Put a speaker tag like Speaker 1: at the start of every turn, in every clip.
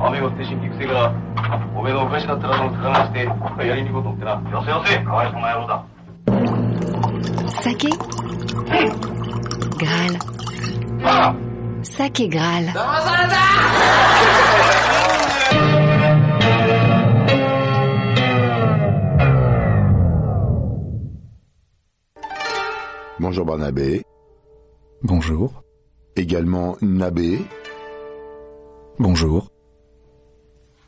Speaker 1: 雨を追って新規癖がおめえのおかしなったらのを探してやりに行こうと思ってなよせよせかわいそうな野郎だ
Speaker 2: Saké Graal. Saké Graal.
Speaker 3: Bonjour Barnabé,
Speaker 4: Bonjour.
Speaker 3: également Nabé.
Speaker 4: Bonjour.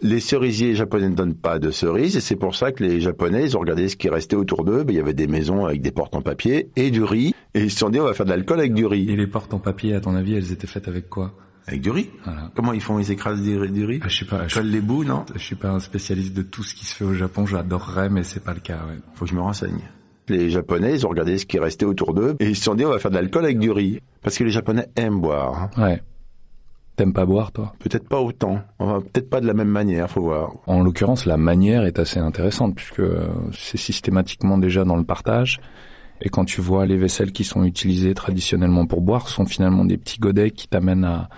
Speaker 3: Les cerisiers japonais ne donnent pas de cerises et c'est pour ça que les japonais, ils ont regardé ce qui restait autour d'eux. Ben, il y avait des maisons avec des portes en papier et du riz. Et ils se sont dit, on va faire de l'alcool avec du
Speaker 4: Et
Speaker 3: riz.
Speaker 4: les portes en papier, à ton avis, elles étaient faites avec quoi
Speaker 3: Avec du riz
Speaker 4: Voilà.
Speaker 3: Comment ils font Ils écrasent du, du riz
Speaker 4: Ah, Je sais pas.
Speaker 3: Ils
Speaker 4: Je,
Speaker 3: collent les bouts, non
Speaker 4: je suis pas un spécialiste de tout ce qui se fait au Japon. J'adorerais, mais c'est pas le cas. ouais.
Speaker 3: Faut que je me renseigne. Les japonais, ils ont regardé ce qui restait autour d'eux et ils se sont dit, on va faire de l'alcool avec du riz. Parce que les japonais aiment boire. hein.
Speaker 4: Ouais. T'aimes pas boire, toi
Speaker 3: Peut-être pas autant. Enfin, peut-être pas de la même manière, faut voir.
Speaker 4: En l'occurrence, la manière est assez intéressante puisque euh, c'est systématiquement déjà dans le partage. Et quand tu vois les vaisselles qui sont utilisées traditionnellement pour boire, sont finalement des petits godets qui t'amènent à,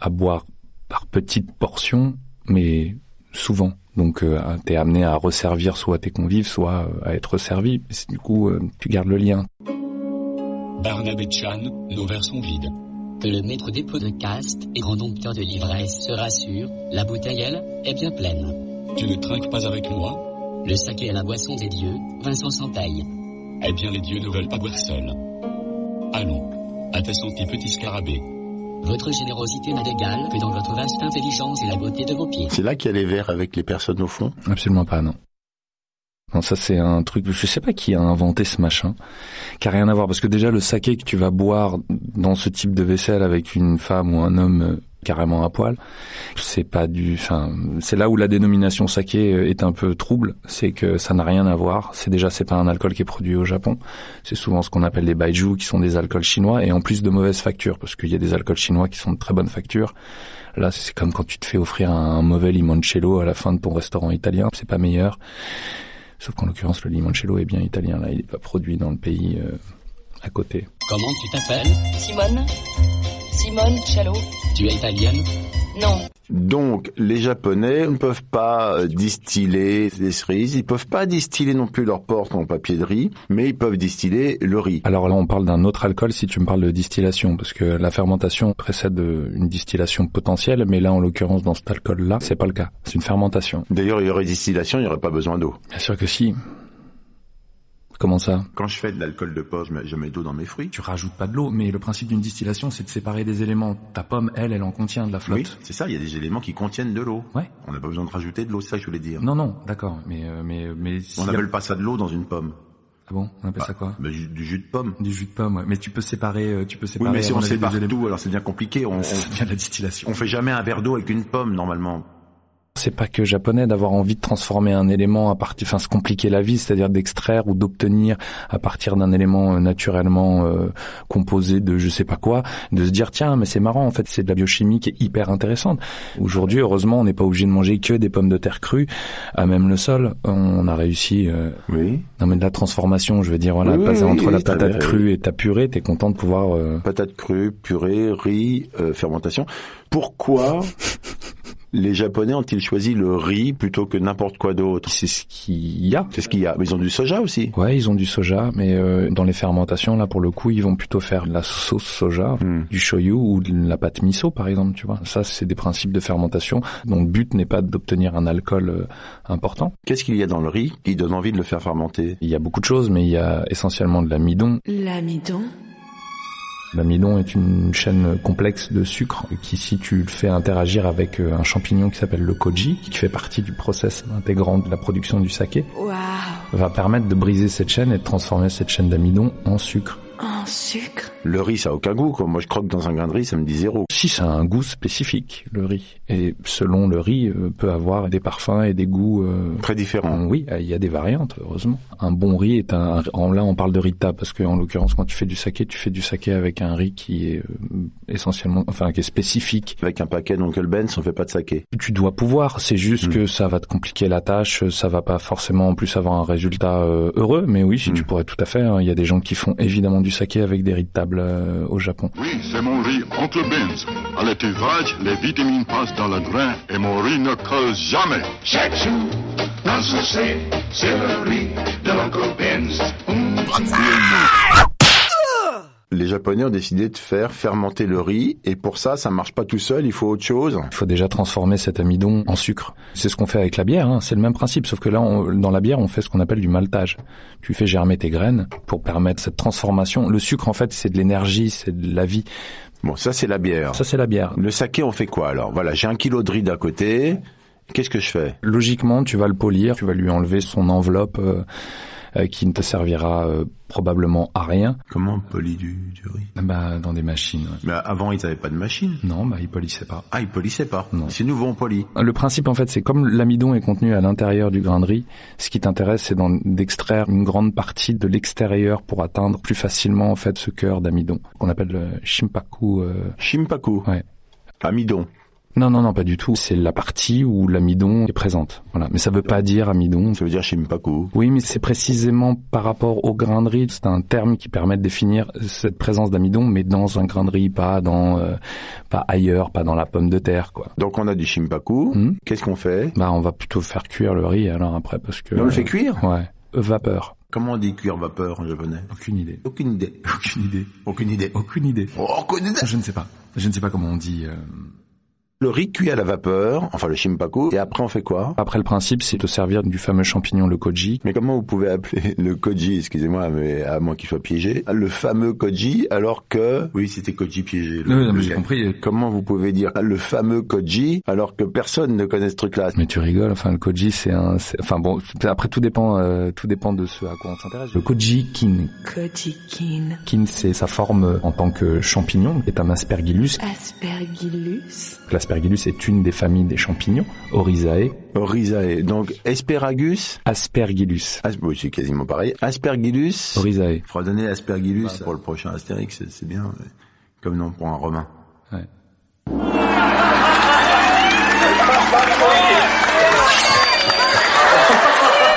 Speaker 4: à boire par petites portions, mais souvent. Donc euh, à- t'es amené à resservir soit tes convives, soit euh, à être servi. Et c'est- Du coup, euh, tu gardes le lien.
Speaker 5: Barnabé Chan, nos verres sont vides.
Speaker 6: que le maître des podcasts et grand dompteur de l'ivresse se rassure, la bouteille, elle, est bien pleine.
Speaker 5: Tu ne trinques pas avec moi
Speaker 6: Le saké est la boisson des dieux, Vincent Santaille.
Speaker 5: Eh bien, les dieux ne veulent pas boire seuls. Allons. À tes senti, petit scarabée.
Speaker 6: Votre générosité n'a d'égal que dans votre vaste intelligence et la beauté de vos pieds.
Speaker 3: C'est là qu'il y a les verres avec les personnes au fond.
Speaker 4: Absolument pas, non. Non, ça c'est un truc, je sais pas qui a inventé ce machin, qui a rien à voir, parce que déjà le saké que tu vas boire dans ce type de vaisselle avec une femme ou un homme euh, carrément à poil, c'est pas du, enfin, c'est là où la dénomination saké euh, est un peu trouble, c'est que ça n'a rien à voir, c'est déjà, c'est pas un alcool qui est produit au Japon, c'est souvent ce qu'on appelle des baijiu, qui sont des alcools chinois, et en plus de mauvaise facture, parce qu'il y a des alcools chinois qui sont de très bonne facture, Là, c'est comme quand tu te fais offrir un mauvais limoncello à la fin de ton restaurant italien. C'est pas meilleur. Sauf qu'en l'occurrence, le limoncello est bien italien. Là, il est pas produit dans le pays euh, à côté.
Speaker 6: Comment tu t'appelles
Speaker 7: Simone Simone Chalot
Speaker 6: Tu es italienne
Speaker 7: Non.
Speaker 3: Donc, les Japonais ne peuvent pas euh, distiller les cerises, ils peuvent pas distiller non plus leurs portes en papier de riz, mais ils peuvent distiller le riz.
Speaker 4: Alors là, on parle d'un autre alcool si tu me parles de distillation, parce que la fermentation précède euh, une distillation potentielle, mais là, en l'occurrence, dans cet alcool-là, c'est pas le cas. C'est une fermentation.
Speaker 3: D'ailleurs, il y aurait distillation, il n'y aurait pas besoin d'eau.
Speaker 4: Bien sûr que si. Comment ça
Speaker 3: Quand je fais de l'alcool de poche, je mets, d'eau dans mes fruits.
Speaker 4: Tu rajoutes pas de l'eau, mais le principe d'une distillation, c'est de séparer des éléments. Ta pomme, elle, elle en contient de la
Speaker 3: c'est ça, il y a des éléments qui contiennent de l'eau.
Speaker 4: Ouais.
Speaker 3: On n'a pas besoin de rajouter de l'eau, ça je voulais dire.
Speaker 4: Non, non, d'accord, mais euh, mais mais s'il y a-
Speaker 3: pas ça de l'eau dans une pomme.
Speaker 4: Ah bon, on appelle ça quoi
Speaker 3: Mais ju- du jus de pomme.
Speaker 4: Du jus de pomme, ouais. mais tu peux séparer, euh, tu peux séparer. à mon avis, des éléments.
Speaker 3: alors c'est bien compliqué. On,
Speaker 4: C'est bien la distillation.
Speaker 3: on fait jamais un verre d'eau avec une pomme, normalement.
Speaker 4: C'est pas que japonais d'avoir envie de transformer un élément à partir, enfin, se compliquer la vie, c'est-à-dire d'extraire ou d'obtenir à partir d'un élément euh, naturellement euh, composé de je sais pas quoi, de se dire tiens mais c'est marrant en fait c'est de la biochimie qui est hyper intéressante. Aujourd'hui heureusement on n'est pas obligé de manger que des pommes de terre crues, à même le sol. On a réussi euh,
Speaker 3: Oui.
Speaker 4: non mais de la transformation, je veux dire voilà
Speaker 3: Oui, oui,
Speaker 4: passer
Speaker 3: oui,
Speaker 4: entre
Speaker 3: oui,
Speaker 4: la
Speaker 3: très
Speaker 4: patate
Speaker 3: bien,
Speaker 4: crue et ta purée, t'es content de pouvoir euh,
Speaker 3: Patate crue, purée, riz, euh, fermentation. Pourquoi les Japonais ont-ils choisi le riz plutôt que n'importe quoi d'autre
Speaker 4: c'est ce qu'il y a.
Speaker 3: C'est ce qu'il y a. Mais ils ont du soja aussi.
Speaker 4: Ouais, ils ont du soja, mais euh, dans les fermentations, là, pour le coup, ils vont plutôt faire de la sauce soja,
Speaker 3: Hmm.
Speaker 4: du shoyu ou de la pâte miso, par exemple, tu vois. Ça, c'est des principes de fermentation dont le but n'est pas d'obtenir un alcool euh, important.
Speaker 3: Qu'est-ce qu'il y a dans le riz qui donne envie de le faire fermenter
Speaker 4: Il y a beaucoup de choses, mais il y a essentiellement de l'amidon.
Speaker 2: L'amidon.
Speaker 4: L'amidon est une chaîne complexe de sucre qui, si tu le fais interagir avec euh, un champignon qui s'appelle le koji, qui fait partie du process intégrant de la production du saké,
Speaker 2: Waouh.
Speaker 4: va permettre de briser cette chaîne et de transformer cette chaîne d'amidon en sucre.
Speaker 2: En sucre.
Speaker 3: Le riz, ça a aucun goût. Quoi. Moi, je croque dans un grain de riz, ça me dit zéro.
Speaker 4: Si ça a un goût spécifique, le riz. Et selon le riz, euh, peut avoir des parfums et des goûts. euh,
Speaker 3: Très différent.
Speaker 4: Oui, euh, il y a des variantes, heureusement. Un bon riz est un. en- Là, on parle de riz de table, parce que en l'occurrence, quand tu fais du saké, tu fais du saké avec un riz qui est euh, essentiellement, enfin, qui est spécifique.
Speaker 3: Avec un paquet d'Uncle Ben's, on fait pas de saké.
Speaker 4: Tu dois pouvoir. C'est juste
Speaker 3: Mm.
Speaker 4: que ça va te compliquer la tâche. Ça va pas forcément en plus avoir un résultat euh, heureux. Mais oui, si
Speaker 3: Mm.
Speaker 4: tu pourrais tout à fait. hein. Il y a des gens qui font évidemment du saké avec des riz de table euh, au Japon.
Speaker 8: Oui, c'est mon riz entre Benz, À l'étuvage, les vitamines passent dans le drain et mon riz ne colle jamais.
Speaker 9: Chaque jour, dans ce c'est, c'est le riz de l'oncle Benz.
Speaker 3: Les Japonais ont décidé de faire fermenter le riz et pour ça, ça marche pas tout seul, il faut autre chose.
Speaker 4: Il faut déjà transformer cet amidon en sucre. C'est ce qu'on fait avec la bière, hein, c'est le même principe, sauf que là, on- dans la bière, on fait ce qu'on appelle du maltage. Tu fais germer tes graines pour permettre cette transformation. Le sucre, en fait, c'est de l'énergie, c'est de la vie.
Speaker 3: Bon, ça c'est la bière.
Speaker 4: Ça, c'est la bière.
Speaker 3: Le saké, on fait quoi alors Voilà, j'ai un kilo de riz d'un côté. Qu'est-ce que je fais
Speaker 4: Logiquement, tu vas le polir, tu vas lui enlever son enveloppe euh, euh, qui ne te servira euh, probablement à rien.
Speaker 3: Comment on polit du, du riz
Speaker 4: Bah, dans des machines. ouais.
Speaker 3: Mais avant, ils n'avaient pas de machine.
Speaker 4: Non, bah, il polissait pas.
Speaker 3: Ah, ils polissaient pas.
Speaker 4: Non.
Speaker 3: C'est nouveau, on polit.
Speaker 4: Le principe, en fait, c'est comme l'amidon est contenu à l'intérieur du grain de riz, ce qui t'intéresse, c'est d'en- d'extraire une grande partie de l'extérieur pour atteindre plus facilement, en fait, ce cœur d'amidon, qu'on appelle le shimpaku. euh.
Speaker 3: Shimpaku.
Speaker 4: Ouais.
Speaker 3: Amidon.
Speaker 4: Non, non, non, pas du tout. C'est la partie où l'amidon est présente. Voilà. Mais ça veut pas dire amidon.
Speaker 3: Ça veut dire Shimpaku.
Speaker 4: Oui, mais c'est précisément par rapport au grain de riz. C'est un terme qui permet de définir cette présence d'amidon, mais dans un grain de riz, pas dans, euh, pas ailleurs, pas dans la pomme de terre, quoi.
Speaker 3: Donc on a du Shimpaku.
Speaker 4: Hmm
Speaker 3: Qu'est-ce qu'on fait
Speaker 4: Bah, on va plutôt faire cuire le riz alors après, parce que
Speaker 3: On le fait cuire
Speaker 4: Ouais. Euh, Vapeur.
Speaker 3: Comment on dit cuire vapeur en japonais
Speaker 4: Aucune idée.
Speaker 3: Aucune idée.
Speaker 4: Aucune idée.
Speaker 3: Aucune idée. Oh,
Speaker 4: Aucune idée.
Speaker 3: Aucune idée.
Speaker 4: Je ne sais pas. Je ne sais pas comment on dit. euh.
Speaker 3: Le riz cuit à la vapeur, enfin le Shimpaku, et après on fait quoi
Speaker 4: Après, le principe, c'est de servir du fameux champignon le koji.
Speaker 3: mais comment vous pouvez appeler le koji, excusez-moi, mais à moins qu'il soit piégé, le fameux koji, alors que... Oui, c'était koji piégé. le- le gars.
Speaker 4: compris.
Speaker 3: Comment vous pouvez dire le fameux koji alors que personne ne connaît ce truc-là
Speaker 4: Mais tu rigoles. Enfin, le koji, c'est un. c'est- Enfin bon, après tout dépend. euh, tout dépend de ce à quoi on s'intéresse. Le koji kin.
Speaker 2: Kojikin.
Speaker 4: Kin, c'est sa forme euh, en tant que champignon, est un aspergillus.
Speaker 2: Aspergillus.
Speaker 4: L'aspergillus est une des familles des champignons, Orizae.
Speaker 3: Orizae. Donc, asparagus,
Speaker 4: Aspergillus.
Speaker 3: as- oui, c'est quasiment pareil. Aspergillus.
Speaker 4: Orizae.
Speaker 3: Il faudra donner aspergillus pour le prochain Astérix, c'est- c'est bien. ouais. Comme nom pour un romain.
Speaker 4: Ouais.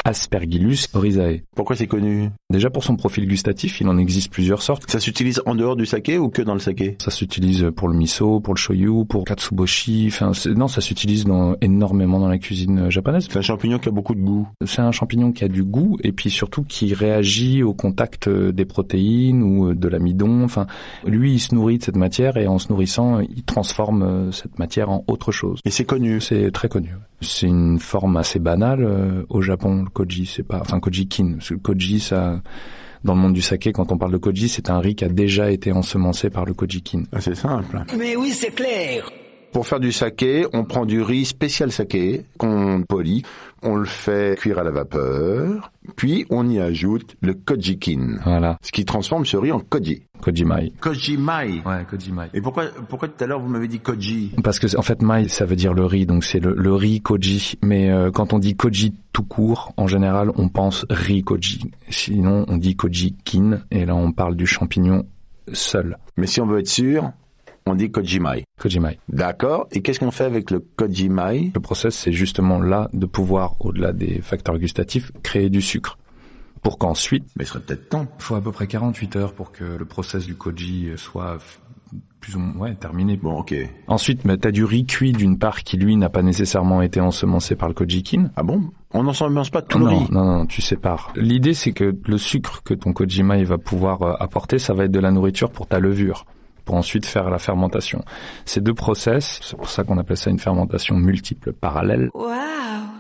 Speaker 4: Aspergillus orizae.
Speaker 3: Pourquoi c'est connu
Speaker 4: Déjà pour son profil gustatif, il en existe plusieurs sortes.
Speaker 3: Ça s'utilise en dehors du saké ou que dans le saké
Speaker 4: Ça s'utilise pour le miso, pour le shoyu, pour katsuboshi. Enfin, c'est- non, ça s'utilise dans, énormément dans la cuisine euh, japonaise.
Speaker 3: C'est un champignon qui a beaucoup de goût.
Speaker 4: C'est un champignon qui a du goût et puis surtout qui réagit au contact euh, des protéines ou euh, de l'amidon. Enfin, lui, il se nourrit de cette matière et en se nourrissant, euh, il transforme euh, cette matière en autre chose.
Speaker 3: Et c'est connu.
Speaker 4: C'est très connu. ouais. C'est une forme assez banale euh, au Japon. Le koji, c'est pas, enfin koji kin. Parce que le koji, ça, dans le monde du saké, quand on parle de koji, c'est un riz qui a déjà été ensemencé par le koji kin.
Speaker 3: Ah, C'est simple. Mais oui, c'est clair. Pour faire du saké, on prend du riz spécial saké qu'on polit, on le fait cuire à la vapeur, puis on y ajoute le kojikin,
Speaker 4: Voilà,
Speaker 3: ce qui transforme ce riz en koji.
Speaker 4: koji mai.
Speaker 3: Koji mai.
Speaker 4: Ouais, koji mai.
Speaker 3: Et pourquoi, pourquoi tout à l'heure vous m'avez dit koji
Speaker 4: Parce que en fait mai ça veut dire le riz donc c'est le, le riz koji mais euh, quand on dit koji tout court en général on pense riz koji sinon on dit koji kin et là on parle du champignon seul
Speaker 3: Mais si on veut être sûr, on dit koji mai.
Speaker 4: koji mai.
Speaker 3: D'accord. Et qu'est-ce qu'on fait avec le koji mai
Speaker 4: Le process, c'est justement là de pouvoir, au-delà des facteurs gustatifs, créer du sucre. Pour qu'ensuite...
Speaker 3: Mais il serait peut-être temps.
Speaker 4: Il faut à peu près 48 heures pour que le process du koji soit plus ou moins terminé.
Speaker 3: Bon, ok.
Speaker 4: Ensuite, tu as du riz cuit d'une part qui, lui, n'a pas nécessairement été ensemencé par le kojikin.
Speaker 3: Ah bon On n'ensemble pas tout le
Speaker 4: non,
Speaker 3: riz.
Speaker 4: non, non, tu sépares. L'idée, c'est que le sucre que ton kojima il va pouvoir euh, apporter, ça va être de la nourriture pour ta levure, pour ensuite faire la fermentation. Ces deux process, c'est pour ça qu'on appelle ça une fermentation multiple parallèle,
Speaker 2: Waouh.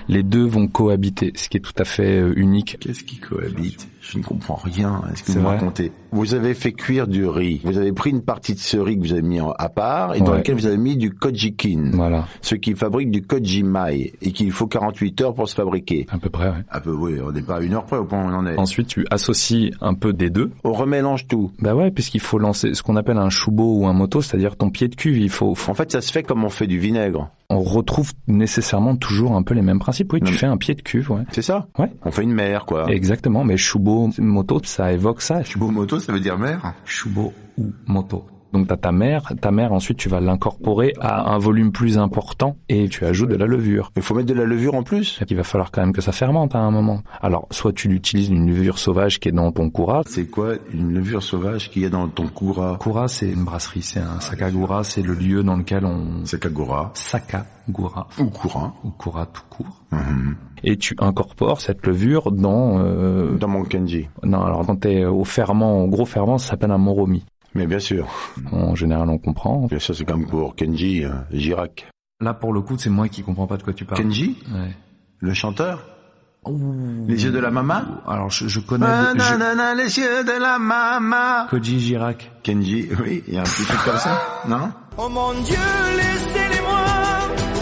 Speaker 4: les deux vont cohabiter, ce qui est tout à fait euh, unique.
Speaker 3: Qu'est-ce qui cohabite Je ne comprends rien à ce que
Speaker 4: C'est
Speaker 3: vous
Speaker 4: vrai.
Speaker 3: racontez. Vous avez fait cuire du riz. Vous avez pris une partie de ce riz que vous avez mis en- à part et dans
Speaker 4: Ouais.
Speaker 3: lequel vous avez mis du kojikin,
Speaker 4: Voilà,
Speaker 3: ce qui fabrique du kojimai et qu'il faut 48 heures pour se fabriquer.
Speaker 4: à peu près. ouais.
Speaker 3: Ah peu, oui, on n'est pas à une heure près au point où on en est.
Speaker 4: Ensuite, tu associes un peu des deux.
Speaker 3: On remélange tout.
Speaker 4: Bah ouais, puisqu'il faut lancer ce qu'on appelle un choubo ou un moto, c'est-à-dire ton pied de cuve. Il faut,
Speaker 3: En fait, ça se fait comme on fait du vinaigre.
Speaker 4: on retrouve nécessairement toujours un peu les mêmes principes. Oui,
Speaker 3: Non,
Speaker 4: tu
Speaker 3: mais-
Speaker 4: fais un pied de cuve, ouais.
Speaker 3: C'est ça
Speaker 4: Ouais.
Speaker 3: On fait une mer, quoi.
Speaker 4: Ah. Exactement, mais Shubo Moto, ça évoque ça.
Speaker 3: Chubo moto, ça veut dire mer
Speaker 4: Shubo ou Moto. Donc t'as ta mère, ta mère ensuite tu vas l'incorporer à un volume plus important et tu ajoutes de la levure.
Speaker 3: Il faut mettre de la levure en plus
Speaker 4: Il va falloir quand même que ça fermente à un moment. Alors soit tu l'utilises une levure sauvage qui est dans ton coura.
Speaker 3: C'est quoi une levure sauvage qu'il y a dans ton coura
Speaker 4: Coura c'est une brasserie, c'est un sakagura, c'est le lieu dans lequel on
Speaker 3: Sakagura
Speaker 4: sakagura
Speaker 3: ou coura
Speaker 4: ou coura tout court.
Speaker 3: Mhm.
Speaker 4: Et tu incorpores cette levure dans euh,
Speaker 3: Dans mon kanji.
Speaker 4: non alors quand t'es au ferment, au gros ferment, ça s'appelle un moromi.
Speaker 3: Mais bien sûr,
Speaker 4: En général on comprend.
Speaker 3: bien sûr c'est comme pour Kenji, euh, Girac.
Speaker 4: Là pour le coup c'est moi qui comprends pas de quoi tu parles.
Speaker 3: Kenji
Speaker 4: Ouais.
Speaker 3: Le chanteur Les yeux de la maman Ah,
Speaker 4: Alors je, je
Speaker 3: Euh,
Speaker 4: connais. je-
Speaker 3: Nanana, les yeux de la maman
Speaker 4: Koji Girac.
Speaker 3: Kenji, oui, il y a un petit truc comme ça, non
Speaker 10: Oh mon Dieu, laissez-les-moi,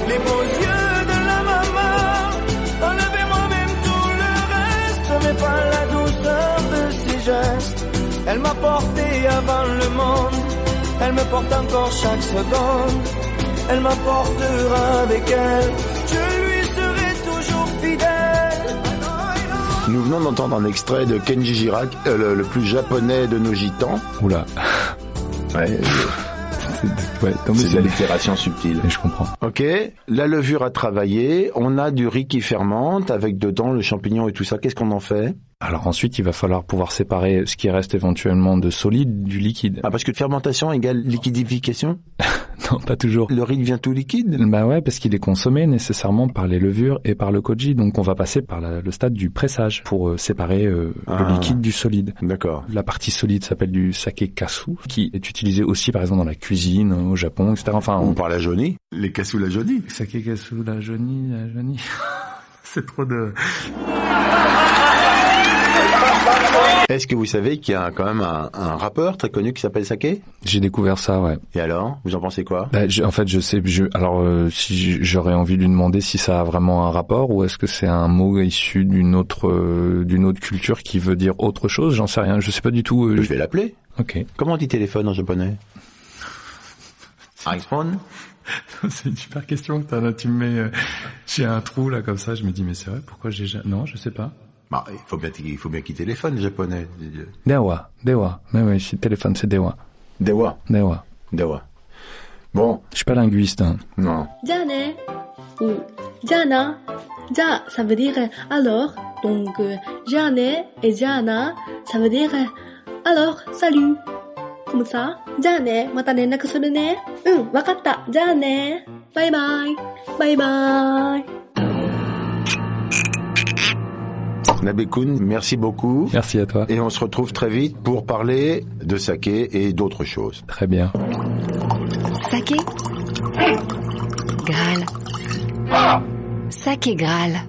Speaker 10: les beaux yeux de la maman. Enlevez-moi même tout le reste, mais pas la douceur de ses gestes. Elle m'a porté avant le monde, elle me porte encore chaque seconde. Elle m'apportera avec elle, je lui serai toujours fidèle.
Speaker 3: Nous venons d'entendre un extrait de Kenji Girac, euh, le, le plus japonais de nos gitans. Euh,
Speaker 4: Oula.
Speaker 3: Ouais,
Speaker 4: C'est- Ouais, non, mais c'est-
Speaker 3: allitération subtile.
Speaker 4: mais je comprends.
Speaker 3: Ok, la levure a travaillé, on a du riz qui fermente, avec dedans le champignon et tout ça, qu'est-ce qu'on en fait
Speaker 4: Alors ensuite, il va falloir pouvoir séparer ce qui reste éventuellement de solide du liquide.
Speaker 3: Ah, parce que fermentation égale liquidification
Speaker 4: Non, pas toujours.
Speaker 3: Le riz devient tout liquide
Speaker 4: Bah ouais, parce qu'il est consommé nécessairement par les levures et par le koji, donc on va passer par la- le stade du pressage pour euh, séparer euh,
Speaker 3: Ah.
Speaker 4: le liquide du solide.
Speaker 3: D'accord.
Speaker 4: La partie solide s'appelle du sake kasu, qui est utilisé aussi par exemple dans la cuisine au Japon, etc. Enfin,
Speaker 3: On
Speaker 4: on...
Speaker 3: parle à Johnny Les cassous la Johnny
Speaker 4: sake kasu, la johnny, la johnny. C'est trop de...
Speaker 3: Est-ce que vous savez qu'il y a quand même un, un rappeur très connu qui s'appelle Saké
Speaker 4: J'ai découvert ça, ouais.
Speaker 3: Et alors, vous en pensez quoi
Speaker 4: Bah, je- en fait, je sais. Je, alors, euh, si j- j'aurais envie de lui demander si ça a vraiment un rapport ou est-ce que c'est un mot issu d'une autre euh, d'une autre culture qui veut dire autre chose. J'en sais rien. Je sais pas du tout. euh,
Speaker 3: Je
Speaker 4: je-
Speaker 3: vais l'appeler.
Speaker 4: Ok.
Speaker 3: Comment on dit téléphone en japonais iPhone
Speaker 4: c'est une super question. tu me mets. euh, j'ai un trou là comme ça. Je me dis mais c'est vrai. Pourquoi j'ai non Je sais pas.
Speaker 3: Bah, il faut bien, il faut bien qu'il téléphone, les japonais.
Speaker 4: Dewa, dewa. Mais oui, c'est le téléphone, c'est dewa,
Speaker 3: Dewa.
Speaker 4: dewa.
Speaker 3: Dewa. Bon,
Speaker 4: Je suis pas linguiste. hein.
Speaker 3: non.
Speaker 11: Jane ou Jana. Ja, ça veut dire alors. Donc, euh, Jane et Jana, ça veut dire euh, alors, salut. Comme ça. Jane, matane nakusurune. Um, wakata. Jane. Bye bye. Bye bye.
Speaker 3: Nabekun, merci beaucoup.
Speaker 4: Merci à toi.
Speaker 3: Et on se retrouve très vite pour parler de saké et d'autres choses.
Speaker 4: Très bien.
Speaker 2: Saké. Graal. Saké Graal.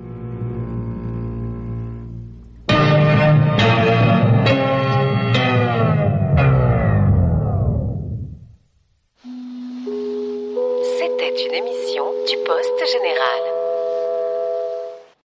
Speaker 10: C'était une émission du Poste Général.